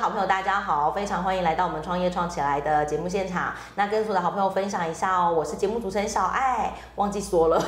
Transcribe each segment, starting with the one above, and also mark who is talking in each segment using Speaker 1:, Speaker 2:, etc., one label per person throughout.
Speaker 1: 好朋友，大家好，非常欢迎来到我们创业创起来的节目现场。那跟所有的好朋友分享一下哦，我是节目主持人小爱，忘记说了，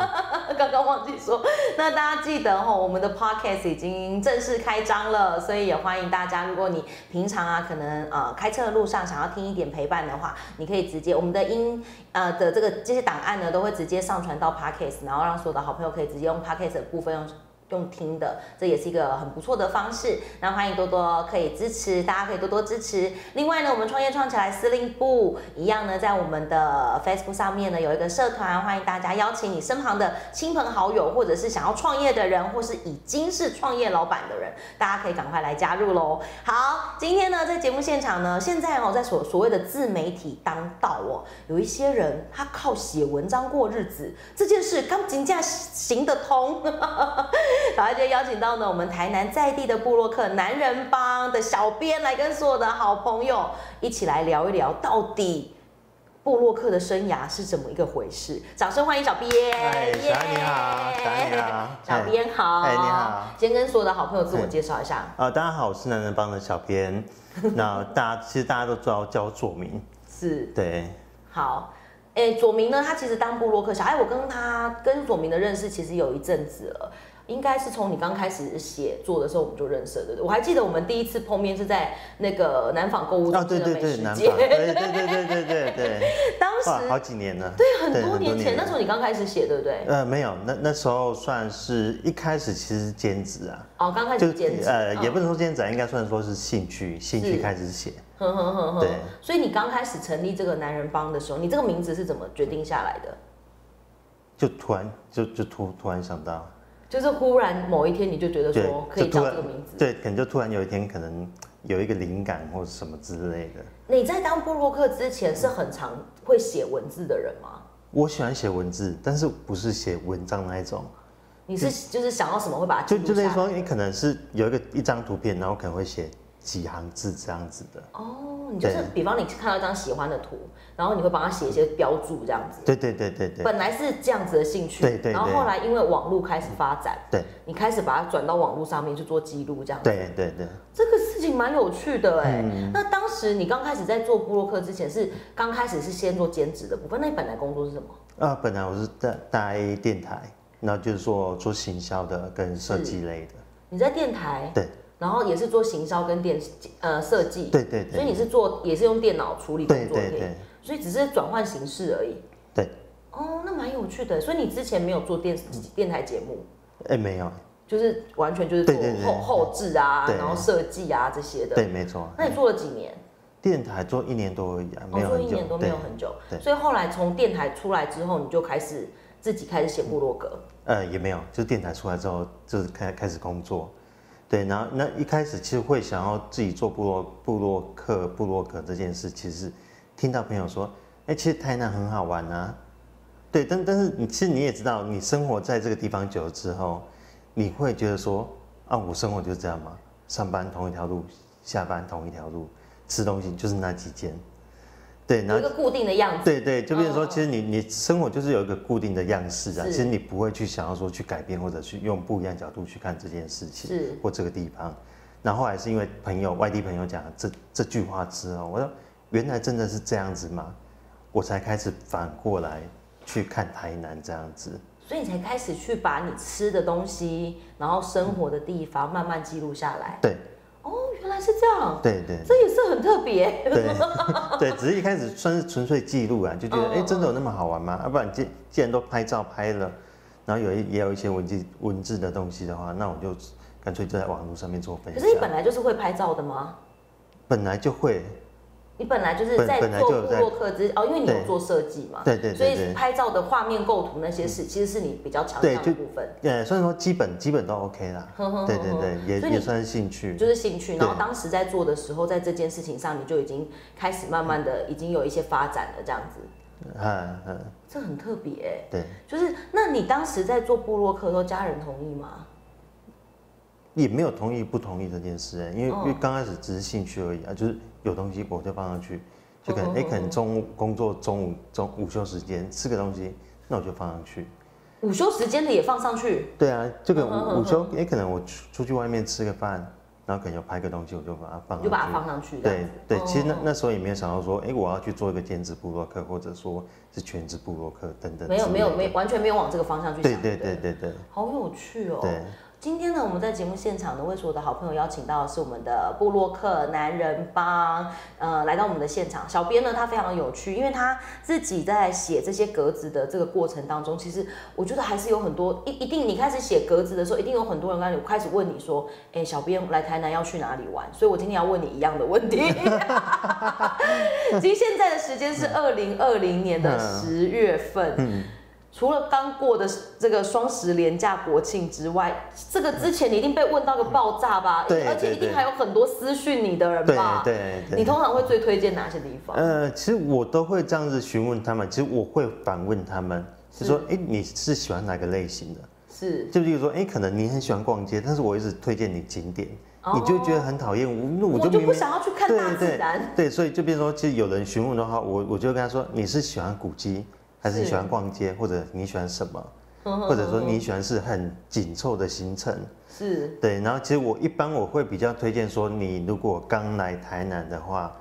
Speaker 1: 刚刚忘记说。那大家记得哦，我们的 podcast 已经正式开张了，所以也欢迎大家，如果你平常啊可能呃开车的路上想要听一点陪伴的话，你可以直接我们的音呃的这个这些档案呢都会直接上传到 podcast，然后让所有的好朋友可以直接用 podcast 的部分用。用听的，这也是一个很不错的方式。那欢迎多多可以支持，大家可以多多支持。另外呢，我们创业创起来司令部一样呢，在我们的 Facebook 上面呢有一个社团，欢迎大家邀请你身旁的亲朋好友，或者是想要创业的人，或是已经是创业老板的人，大家可以赶快来加入喽。好，今天呢在节目现场呢，现在哦在所所谓的自媒体当道哦，有一些人他靠写文章过日子这件事，刚评价行得通。 小爱就邀请到呢，我们台南在地的部落客男人帮的小编来跟所有的好朋友一起来聊一聊，到底部落客的生涯是怎么一个回事？掌声欢迎小编！
Speaker 2: 嗨小爱你好
Speaker 1: 耶
Speaker 2: 小爱你好
Speaker 1: 小编好，
Speaker 2: 嗨你好
Speaker 1: 先跟所有的好朋友自我介绍一下，
Speaker 2: 呃，大家好，我是男人帮的小编。 那大家其实大家都知道叫我左明，
Speaker 1: 是
Speaker 2: 对，
Speaker 1: 好。哎、左明呢？他其实当部落客小哎爱，我跟他跟左明的认识其实有一阵子了，应该是从你刚开始写作的时候我们就认识了，对不对？我还记得我们第一次碰面是在那个南纺购物
Speaker 2: 哦，
Speaker 1: 中
Speaker 2: 对
Speaker 1: 心的美
Speaker 2: 对对，南
Speaker 1: 食
Speaker 2: 方，
Speaker 1: 街，
Speaker 2: 对对对对对对对，
Speaker 1: 当时
Speaker 2: 哇，好几年了，
Speaker 1: 对很多年前，那时
Speaker 2: 候
Speaker 1: 候你刚开始写，对不对？
Speaker 2: 呃没有，那那时候算是一开始其实是兼职啊，
Speaker 1: 哦，刚开始兼职，
Speaker 2: 呃也
Speaker 1: 嗯
Speaker 2: 不能说兼职啊，应该算说是兴趣，兴趣开始写，
Speaker 1: 哼哼哼哼
Speaker 2: 对。
Speaker 1: 所以你刚开始成立这个男人帮的时候，你这个名字是怎么决定下来的？
Speaker 2: 就突然就就突突然想到，
Speaker 1: 就是忽然某一天你就觉得
Speaker 2: 对
Speaker 1: 说，可
Speaker 2: 就
Speaker 1: 以
Speaker 2: 突
Speaker 1: 叫
Speaker 2: 然
Speaker 1: 这个名字。
Speaker 2: 对，可能就突然有一天可能有一个灵感或者什么之类的。
Speaker 1: 你在当布洛克之前是很常会写文字的人吗？
Speaker 2: 我喜欢写文字，但是不是写文章那一种。
Speaker 1: 你是就是想到什么会把它记
Speaker 2: 就
Speaker 1: 录
Speaker 2: 就类
Speaker 1: 下
Speaker 2: 似
Speaker 1: 来？
Speaker 2: 说，你可能是有一个一张图片，然后可能会写几行字这样子的。
Speaker 1: 哦，你就是
Speaker 2: 对
Speaker 1: 比方你看到一张喜欢的图，然后你会帮他写一些标注这样子。
Speaker 2: 对对对对对
Speaker 1: 本来是这样子的兴趣，
Speaker 2: 对对
Speaker 1: 然后
Speaker 2: 对
Speaker 1: 后来因为网络开始发展，
Speaker 2: 对
Speaker 1: 你开始把它转到网络上面去做记录，这样子。
Speaker 2: 对嗯对对，
Speaker 1: 这个事情蛮有趣的哎、那当时你刚开始在做布洛克之前是，刚开始是先做兼职的部分，那你本来工作是什么？
Speaker 2: 啊，本来我是在待电台，然后就是做做行销的跟设计
Speaker 1: 嗯
Speaker 2: 类的。
Speaker 1: 你在电台，
Speaker 2: 对
Speaker 1: 然后也是做行销跟电呃设计，
Speaker 2: 对对
Speaker 1: 所以
Speaker 2: 对
Speaker 1: 你是做也是用电脑处理工
Speaker 2: 对
Speaker 1: 作的
Speaker 2: 对对
Speaker 1: 所以只是转换形式而已。
Speaker 2: 对，
Speaker 1: 哦，那蛮有趣的。所以你之前没有做电电台节目，
Speaker 2: 哎没有，
Speaker 1: 就是完全就是做后
Speaker 2: 对对对
Speaker 1: 后置啊，
Speaker 2: 对
Speaker 1: 然后设计啊这些的。
Speaker 2: 对没错，
Speaker 1: 那你做了几年？
Speaker 2: 电台做一年多而已啊，没有
Speaker 1: 哦、做一
Speaker 2: 很久
Speaker 1: 年都，没
Speaker 2: 对
Speaker 1: 有，很久，
Speaker 2: 对
Speaker 1: 所以后来从电台出来之后，你就开始自己开始写部落格，
Speaker 2: 呃也没有，就是电台出来之后就是开开始工作。对，然后那一开始其实会想要自己做部落部落客部落格这件事，其实听到朋友说，哎、其实台南很好玩啊。对，但但是你其实你也知道，你生活在这个地方久了之后，你会觉得说，啊，我生活就是这样嘛，上班同一条路，下班同一条路，吃东西就是那几间。对，然
Speaker 1: 有一
Speaker 2: 后
Speaker 1: 个固定的样子。
Speaker 2: 对对，就变
Speaker 1: 哦
Speaker 2: 成说，
Speaker 1: 哦
Speaker 2: 其实你你生活就是有一个固定的样式啊，
Speaker 1: 是
Speaker 2: 其实你不会去想要说去改变或者去用不一样角度去看这件事情
Speaker 1: 是
Speaker 2: 或这个地方。然后后来是因为朋友外地朋友讲了这这句话之后，我说原来真的是这样子吗？我才开始反过来去看台南这样子。
Speaker 1: 所以你才开始去把你吃的东西，然后生活的地方慢慢记录下来。
Speaker 2: 对
Speaker 1: 哦，原来是这样，
Speaker 2: 对对
Speaker 1: 这也是很特别。
Speaker 2: 对对，只是一开始算是纯粹记录啊，就觉得
Speaker 1: 嗯
Speaker 2: 哎、诶真的有那么好玩吗？要、不然既既然都拍照拍了，然后有一也有一些文字文字的东西的话，那我就干脆就在网络上面做分
Speaker 1: 可
Speaker 2: 享。
Speaker 1: 是你本来就是会拍照的吗？
Speaker 2: 本来就会，
Speaker 1: 你本来就是
Speaker 2: 本
Speaker 1: 在
Speaker 2: 本来
Speaker 1: 做
Speaker 2: 就有
Speaker 1: 部
Speaker 2: 在
Speaker 1: 落客之哦，因为你有
Speaker 2: 对
Speaker 1: 做设计嘛，
Speaker 2: 对对对
Speaker 1: 所以
Speaker 2: 对嗯
Speaker 1: 拍照的画面构图那些事，其实是你比较强
Speaker 2: 对
Speaker 1: 项的
Speaker 2: 就
Speaker 1: 部分，
Speaker 2: 呃，虽然说基本基本都 OK 啦
Speaker 1: 呵呵呵，
Speaker 2: 对对对，
Speaker 1: 所
Speaker 2: 也
Speaker 1: 以你
Speaker 2: 也算是兴趣，
Speaker 1: 就是兴趣。
Speaker 2: 对
Speaker 1: 然后当时在做的时候，在这件事情上，你就已经开始慢慢的已经有一些发展了，这样子，
Speaker 2: 嗯嗯，
Speaker 1: 这很特别欸、
Speaker 2: 对，
Speaker 1: 就是，那你当时在做部落客的时候，家人同意吗？
Speaker 2: 也没有同意不同意这件事、欸，因为、因为
Speaker 1: 嗯
Speaker 2: 刚开始只是兴趣而已啊，就是有东西我就放上去，就可能
Speaker 1: 嗯
Speaker 2: 哎、
Speaker 1: 嗯
Speaker 2: 诶可能中午工作中午中午休时间吃个东西，那我就放上去。
Speaker 1: 午休时间的也放上去，
Speaker 2: 对啊，这个
Speaker 1: 嗯嗯嗯
Speaker 2: 午午休也可能我出出去外面吃个饭，然后可能有拍个东西，我就把它放上去。
Speaker 1: 就把它放上去这
Speaker 2: 对
Speaker 1: 样子。
Speaker 2: 对，其实那
Speaker 1: 哦
Speaker 2: 那时候也没有想到说，哎、我要去做一个兼职部落客，或者说是全职部落客等等之
Speaker 1: 没
Speaker 2: 类
Speaker 1: 有
Speaker 2: 的。
Speaker 1: 没有没有完全没有往这个方向去
Speaker 2: 对
Speaker 1: 想。
Speaker 2: 对对对对
Speaker 1: 好有趣哦。
Speaker 2: 对，
Speaker 1: 今天呢，我们在节目现场呢，为所有的好朋友邀请到的是我们的布洛克男人帮，呃，来到我们的现场。小编呢，他非常有趣，因为他自己在写这些格子的这个过程当中，其实我觉得还是有很多一一定，你开始写格子的时候，一定有很多人开始开始问你说，哎、小编来台南要去哪里玩？所以我今天要问你一样的问题。其实现在的时间是二零二零年的十月份，
Speaker 2: 嗯，
Speaker 1: 除了刚过的这个双十连假国庆之外，这个之前你一定被问到个爆炸吧？
Speaker 2: 对
Speaker 1: 而且一定
Speaker 2: 对对
Speaker 1: 还有很多私讯你的人
Speaker 2: 对
Speaker 1: 吧？
Speaker 2: 对对。
Speaker 1: 啊你通常会最推荐哪些地方？
Speaker 2: 呃，其实我都会这样子询问他们，其实我会反问他们，就是说，哎、你是喜欢哪个类型的？
Speaker 1: 是
Speaker 2: 就比如说，哎、可能你很喜欢逛街，但是我一直推荐你景点，
Speaker 1: 哦
Speaker 2: 你就觉得很讨厌，我那我就明
Speaker 1: 不
Speaker 2: 明
Speaker 1: 想要去看大自然，
Speaker 2: 对，所以就变成说，其实有人询问的话，我我就跟他说，你是喜欢古迹，还是你
Speaker 1: 是
Speaker 2: 喜欢逛街，或者你喜欢什么，
Speaker 1: 嗯哼
Speaker 2: 或者说你喜欢是很紧凑的行程？
Speaker 1: 是
Speaker 2: 对，然后其实我一般我会比较推荐说，你如果刚来台南的话，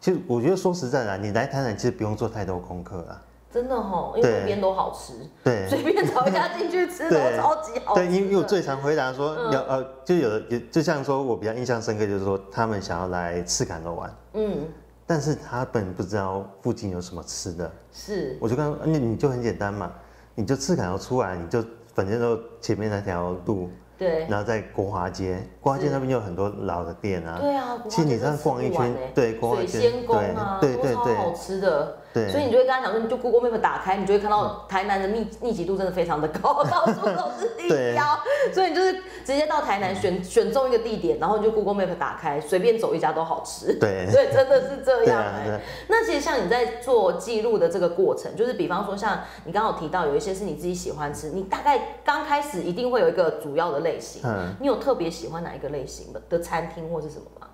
Speaker 2: 其实我觉得说实在的，你来台南其实不用做太多功课啦。
Speaker 1: 真的吼，因为
Speaker 2: 对
Speaker 1: 那边都好吃，
Speaker 2: 对，
Speaker 1: 随便找一家进去吃都
Speaker 2: 对
Speaker 1: 超级好吃
Speaker 2: 对，
Speaker 1: 的。
Speaker 2: 因为因为我最常回答说，
Speaker 1: 嗯
Speaker 2: 有呃，就有的有，就像说我比较印象深刻，就是说他们想要来赤坎楼玩，
Speaker 1: 嗯
Speaker 2: 但是他本不知道附近有什么吃的，
Speaker 1: 是
Speaker 2: 我就跟他说，啊你你就很简单嘛，你就赤坎楼出来，你就反正就前面那条路，
Speaker 1: 对
Speaker 2: 然后在国华街，国华街
Speaker 1: 是
Speaker 2: 那边有很多老的店啊，
Speaker 1: 对啊，
Speaker 2: 其实你这样逛一圈对
Speaker 1: 国
Speaker 2: 逛
Speaker 1: 华
Speaker 2: 一
Speaker 1: 街真
Speaker 2: 圈
Speaker 1: 的吃不欸完欸水仙宫啊，
Speaker 2: 对
Speaker 1: 都
Speaker 2: 对
Speaker 1: 超
Speaker 2: 对
Speaker 1: 好吃的。
Speaker 2: 对，
Speaker 1: 所以你就会跟他讲说，你就 Google Map 打开，你就会看到台南的密密集度真的非常的高，到处都是地标，所以你就是直接到台南选选中一个地点，然后你就 Google Map 打开，随便走一家都好吃。
Speaker 2: 对
Speaker 1: 对，真的是这
Speaker 2: 对
Speaker 1: 样、
Speaker 2: 啊
Speaker 1: 欸。
Speaker 2: 对啊，
Speaker 1: 那其实像你在做记录的这个过程，就是比方说像你刚刚有提到有一些是你自己喜欢吃，你大概刚开始一定会有一个主要的类型，
Speaker 2: 嗯。
Speaker 1: 你有特别喜欢哪一个类型的的餐厅或是什么吗？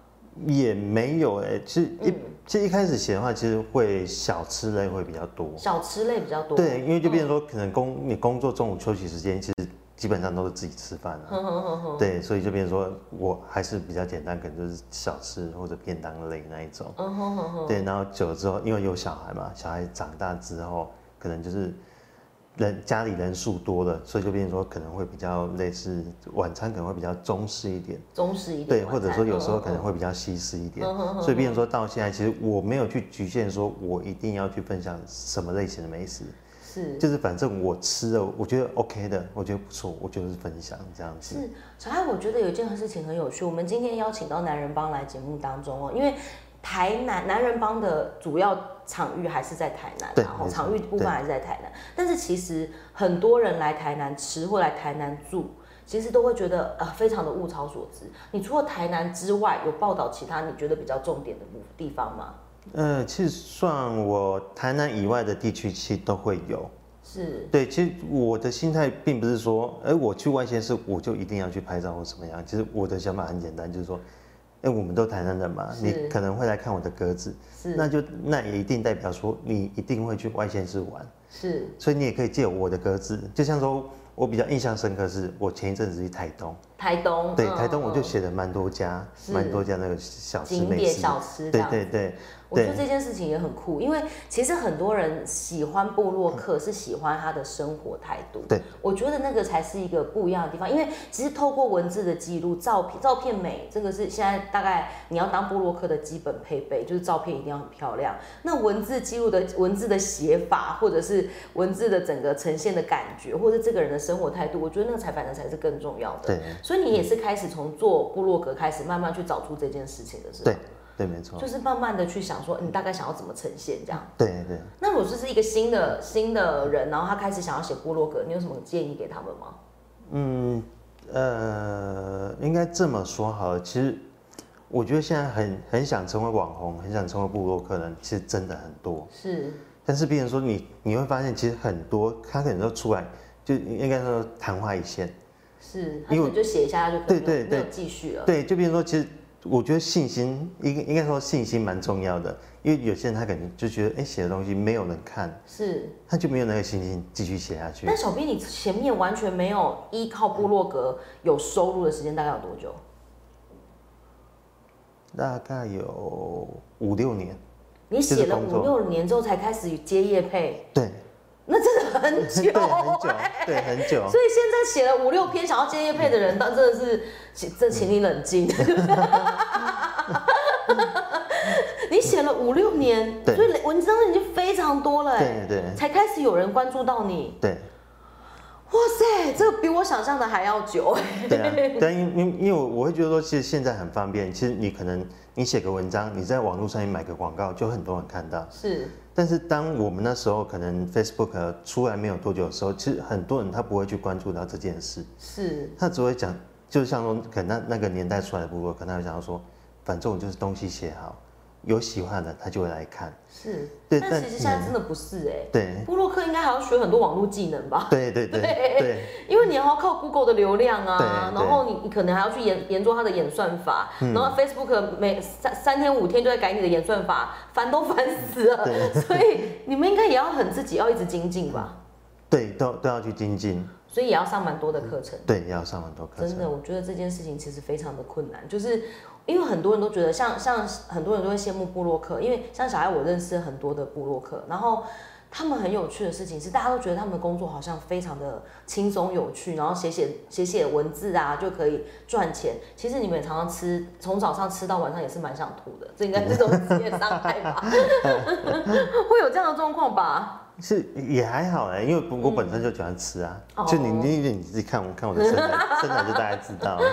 Speaker 2: 也没有哎、其实一、
Speaker 1: 嗯
Speaker 2: 其实一开始写的话，其实会小吃类会比较多。
Speaker 1: 小吃类比较多。嗯
Speaker 2: 对，因为就变成说，可能工你工作中午休息时间，其实基本上都是自己吃饭啊。
Speaker 1: 哼哼哼哼，
Speaker 2: 对，所以就变成说，我还是比较简单，可能就是小吃或者便当类那一种。
Speaker 1: 嗯哼哼哼，
Speaker 2: 对，然后久了之后，因为有小孩嘛，小孩长大之后，可能就是人家里人数多了，所以就变成说可能会比较类似晚餐，可能会比较中式一点。
Speaker 1: 中式一点
Speaker 2: 对，
Speaker 1: 晚餐。
Speaker 2: 或者说有时候可
Speaker 1: 嗯嗯嗯
Speaker 2: 能会比较西式一点
Speaker 1: 嗯哼，
Speaker 2: 所以变成说到现在，其实我没有去局限说我一定要去分享什么类型的美食，
Speaker 1: 是
Speaker 2: 就是反正我吃了，我觉得 OK 的，我觉得不错，我就是分享这样子。
Speaker 1: 是，小爱，我觉得有一件事情很有趣，我们今天邀请到男人帮来节目当中哦，因为台南男人帮的主要场域还是在台南、啊，
Speaker 2: 对
Speaker 1: 然
Speaker 2: 没错
Speaker 1: 场域部分
Speaker 2: 对
Speaker 1: 还是在台南，但是其实很多人来台南吃或来台南住。其实都会觉得呃非常的物超所值。你除了台南之外，有报道其他你觉得比较重点的部地方吗？
Speaker 2: 嗯，其实算我台南以外的地区，其实都会有。
Speaker 1: 是
Speaker 2: 对，其实我的心态并不是说，哎，我去外县市我就一定要去拍照或怎么样。其实我的想法很简单，就是说，哎，我们都台南人嘛，你
Speaker 1: 是
Speaker 2: 可能会来看我的格子，
Speaker 1: 是
Speaker 2: 那就那也一定代表说你一定会去外县市玩，
Speaker 1: 是
Speaker 2: 所以你也可以借我的格子。就像说，我比较印象深刻是，我前一阵子去台东，
Speaker 1: 台东，
Speaker 2: 对
Speaker 1: 嗯
Speaker 2: 台东我
Speaker 1: 嗯
Speaker 2: 就写了蛮多家，
Speaker 1: 是
Speaker 2: 蛮多家那个小吃
Speaker 1: 景
Speaker 2: 美
Speaker 1: 点
Speaker 2: 食，
Speaker 1: 小吃这
Speaker 2: 对
Speaker 1: 样
Speaker 2: 对对
Speaker 1: 我觉得
Speaker 2: 对
Speaker 1: 这件事情也很酷，因为其实很多人喜欢布洛克是喜欢他的生活态度。
Speaker 2: 对，
Speaker 1: 我觉得那个才是一个不一样的地方，因为其实透过文字的记录、照片、照片美，这个是现在大概你要当布洛克的基本配备，就是照片一定要很漂亮。那文字记录的文字的写法，或者是文字的整个呈现的感觉，或者这个人的生活态度，我觉得那个才反正才是更重要的。
Speaker 2: 对
Speaker 1: 所以你也是开始从做布洛格开始，慢慢去找出这件事情的是吗
Speaker 2: 对对，没错，
Speaker 1: 就是慢慢的去想说，你嗯大概想要怎么呈现这样。
Speaker 2: 对对。
Speaker 1: 那如果是一个新的新的人，然后他开始想要写部落格，你有什么建议给他们吗？
Speaker 2: 嗯，呃，应该这么说好了。其实我觉得现在很很想成为网红，很想成为部落客人，其实真的很多。
Speaker 1: 是
Speaker 2: 但是别人说你，你会发现其实很多，他可能都出来就应该说昙花一现。
Speaker 1: 是，他可
Speaker 2: 因为
Speaker 1: 能就写一下他就可能没有
Speaker 2: 对对对
Speaker 1: 没有继续了。
Speaker 2: 对，就比如说，其实我觉得信心应该应该说信心蛮重要的，因为有些人他可能就觉得，哎、写的东西没有人看，
Speaker 1: 是，
Speaker 2: 他就没有那个信心继续写下去
Speaker 1: 但。小编你前面完全没有依靠部落格有收入的时间大概有多久？
Speaker 2: 大概有五六年，
Speaker 1: 你写了
Speaker 2: 工
Speaker 1: 五
Speaker 2: 作
Speaker 1: 六年之后才开始接业配，
Speaker 2: 对，
Speaker 1: 那真的很久、 欸
Speaker 2: 对，很久，对，很 久。
Speaker 1: 所以现在写了五六篇想要接业配的人，但真的是，请这请你冷静。 你写了五六年，
Speaker 2: 对
Speaker 1: 所以文章已经非常多了、哎
Speaker 2: 对对
Speaker 1: 才开始有人关注到你。
Speaker 2: 对
Speaker 1: 哇塞，这个比我想象的还要久、哎
Speaker 2: 对啊！但因因因为我会觉得说，其实现在很方便。其实你可能你写个文章，你在网络上面买个广告，就很多人看到。
Speaker 1: 是
Speaker 2: 但是当我们那时候可能 Facebook 出来没有多久的时候，其实很多人他不会去关注到这件事，
Speaker 1: 是，
Speaker 2: 他只会讲，就像说可能那那个年代出来的部落，可能他会想说，反正我就是东西写好，有喜欢的他就会来看。
Speaker 1: 是，
Speaker 2: 对
Speaker 1: 但
Speaker 2: 但嗯
Speaker 1: 其实现在真的不是哎、
Speaker 2: 对
Speaker 1: 布洛克应该还要学很多网络技能吧？
Speaker 2: 对对对对
Speaker 1: 因为你还要靠 Google 的流量啊，
Speaker 2: 对嗯
Speaker 1: 然后你你可能还要去研研究它的演算法，然后 Facebook 每三三天五天就在改你的演算法，烦都烦死了。 所以你们应该也要很自己要一直精进吧，
Speaker 2: 对，都都要去精进，
Speaker 1: 所以也要上蛮多的课程。
Speaker 2: 对，要上很多哦课
Speaker 1: 真
Speaker 2: 程。
Speaker 1: 的，我觉得这件事情其实非常的困难，就是因为很多人都觉得像像很多人都会羡慕布洛克，因为像小孩我认识很多的布洛克，然后他们很有趣的事情是，大家都觉得他们的工作好像非常的轻松有趣，然后写写写写文字啊就可以赚钱。其实你们也常常吃，从早上吃到晚上也是蛮想吐的，这应该是一种职业伤害吧？ 会有这样的状况吧？
Speaker 2: 是也还好哎、因为我我本身就喜欢吃啊，
Speaker 1: 哦
Speaker 2: 就你你你自己看我看我的身材身材就大概知道了，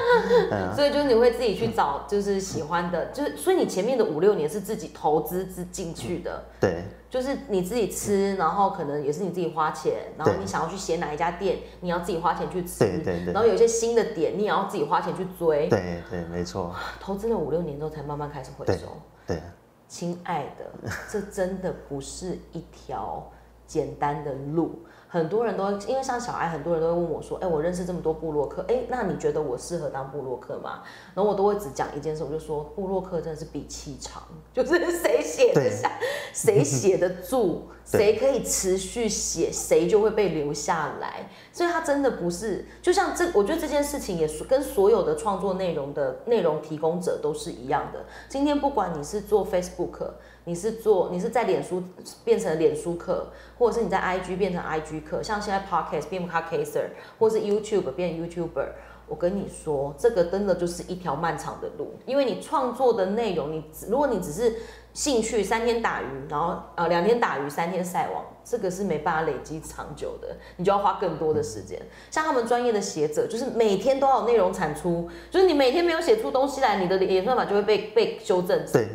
Speaker 2: 嗯
Speaker 1: 所以就是你会自己去找，就是喜欢的，就是所以你前面的五六年是自己投资自进去的。
Speaker 2: 对
Speaker 1: 就是你自己吃，然后可能也是你自己花钱，然后
Speaker 2: 对
Speaker 1: 你想要去写哪一家店，你要自己花钱去吃，
Speaker 2: 对对对
Speaker 1: 然后有一些新的点，你也要自己花钱去追。
Speaker 2: 对对，没错，
Speaker 1: 投资了五六年之后，才慢慢开始回
Speaker 2: 对
Speaker 1: 收。
Speaker 2: 对
Speaker 1: 亲爱的，这真的不是一条简单的路。很多人都因为像小艾，很多人都会问我说：“哎、我认识这么多部落客，哎、那你觉得我适合当部落客吗？”然后我都会只讲一件事，我就说部落客真的是比气长，就是谁写得
Speaker 2: 对
Speaker 1: 下，谁写得住，谁
Speaker 2: 对
Speaker 1: 可以持续写，谁就会被留下来。所以它真的不是，就像这，我觉得这件事情也是跟所有的创作内容的内容提供者都是一样的。今天不管你是做 Facebook，你是做你是在脸书变成脸书课，或者是你在 IG 变成 IG 课，像现在 Podcast 变 Podcaster，或是 YouTube 变 YouTuber。我跟你说，这个真的就是一条漫长的路，因为你创作的内容，你只如果你只是兴趣三天打鱼，然后呃两天打鱼三天晒网，这个是没办法累积长久的，你就要花更多的时间。像他们专业的写者，就是每天都要有内容产出，就是你每天没有写出东西来，你的演算法就会被被修正。
Speaker 2: 对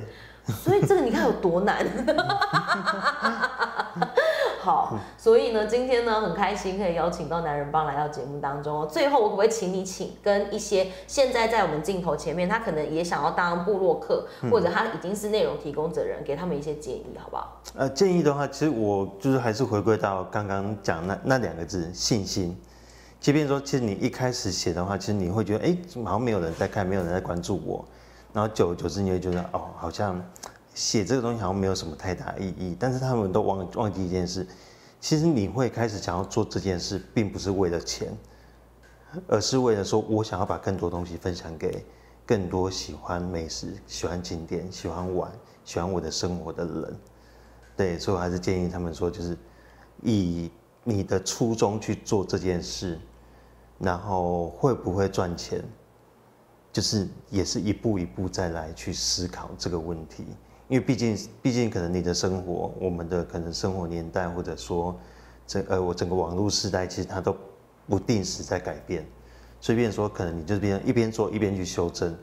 Speaker 1: 所以这个你看有多难。 好，所以呢，今天呢很开心可以邀请到男人帮来到节目当中哦。最后，我可不可以请你请跟一些现在在我们镜头前面，他可能也想要当部落客，或者他已经是内容提供者人，给他们一些建议，好不好？
Speaker 2: 呃，建议的话，其实我就是还是回归到刚刚讲那那两个字信心。即便说，其实你一开始写的话，其实你会觉得，哎、好像没有人在看，没有人在关注我。然后久而久之，你会觉得，哦，好像写这个东西好像没有什么太大意义。但是他们都忘忘记一件事，其实你会开始想要做这件事，并不是为了钱，而是为了说我想要把更多东西分享给更多喜欢美食、喜欢景点、喜欢玩、喜欢我的生活的人。对，所以我还是建议他们说，就是以你的初衷去做这件事，然后会不会赚钱，就是也是一步一步再来去思考这个问题。因为毕竟，毕竟可能你的生活，我们的可能生活年代，或者说整呃我整个网络时代，其实它都不定时在改变，所以变成说可能你就变成一边做一边去修正，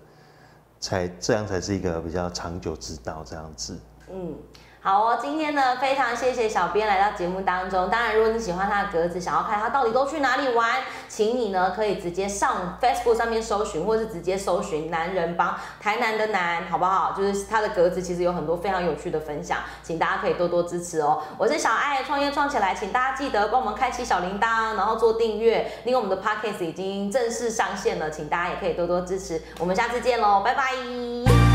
Speaker 2: 才这样才是一个比较长久之道这样子。
Speaker 1: 嗯，好哦，今天呢非常谢谢小编来到节目当中。当然，如果你喜欢他的格子，想要看他到底都去哪里玩，请你呢可以直接上 Facebook 上面搜寻，或是直接搜寻“男人帮台南的男”，好不好？就是他的格子其实有很多非常有趣的分享，请大家可以多多支持哦。我是小爱，创业创起来，请大家记得帮我们开启小铃铛，然后做订阅。另外，我们的 Podcast 已经正式上线了，请大家也可以多多支持。我们下次见喽，拜拜。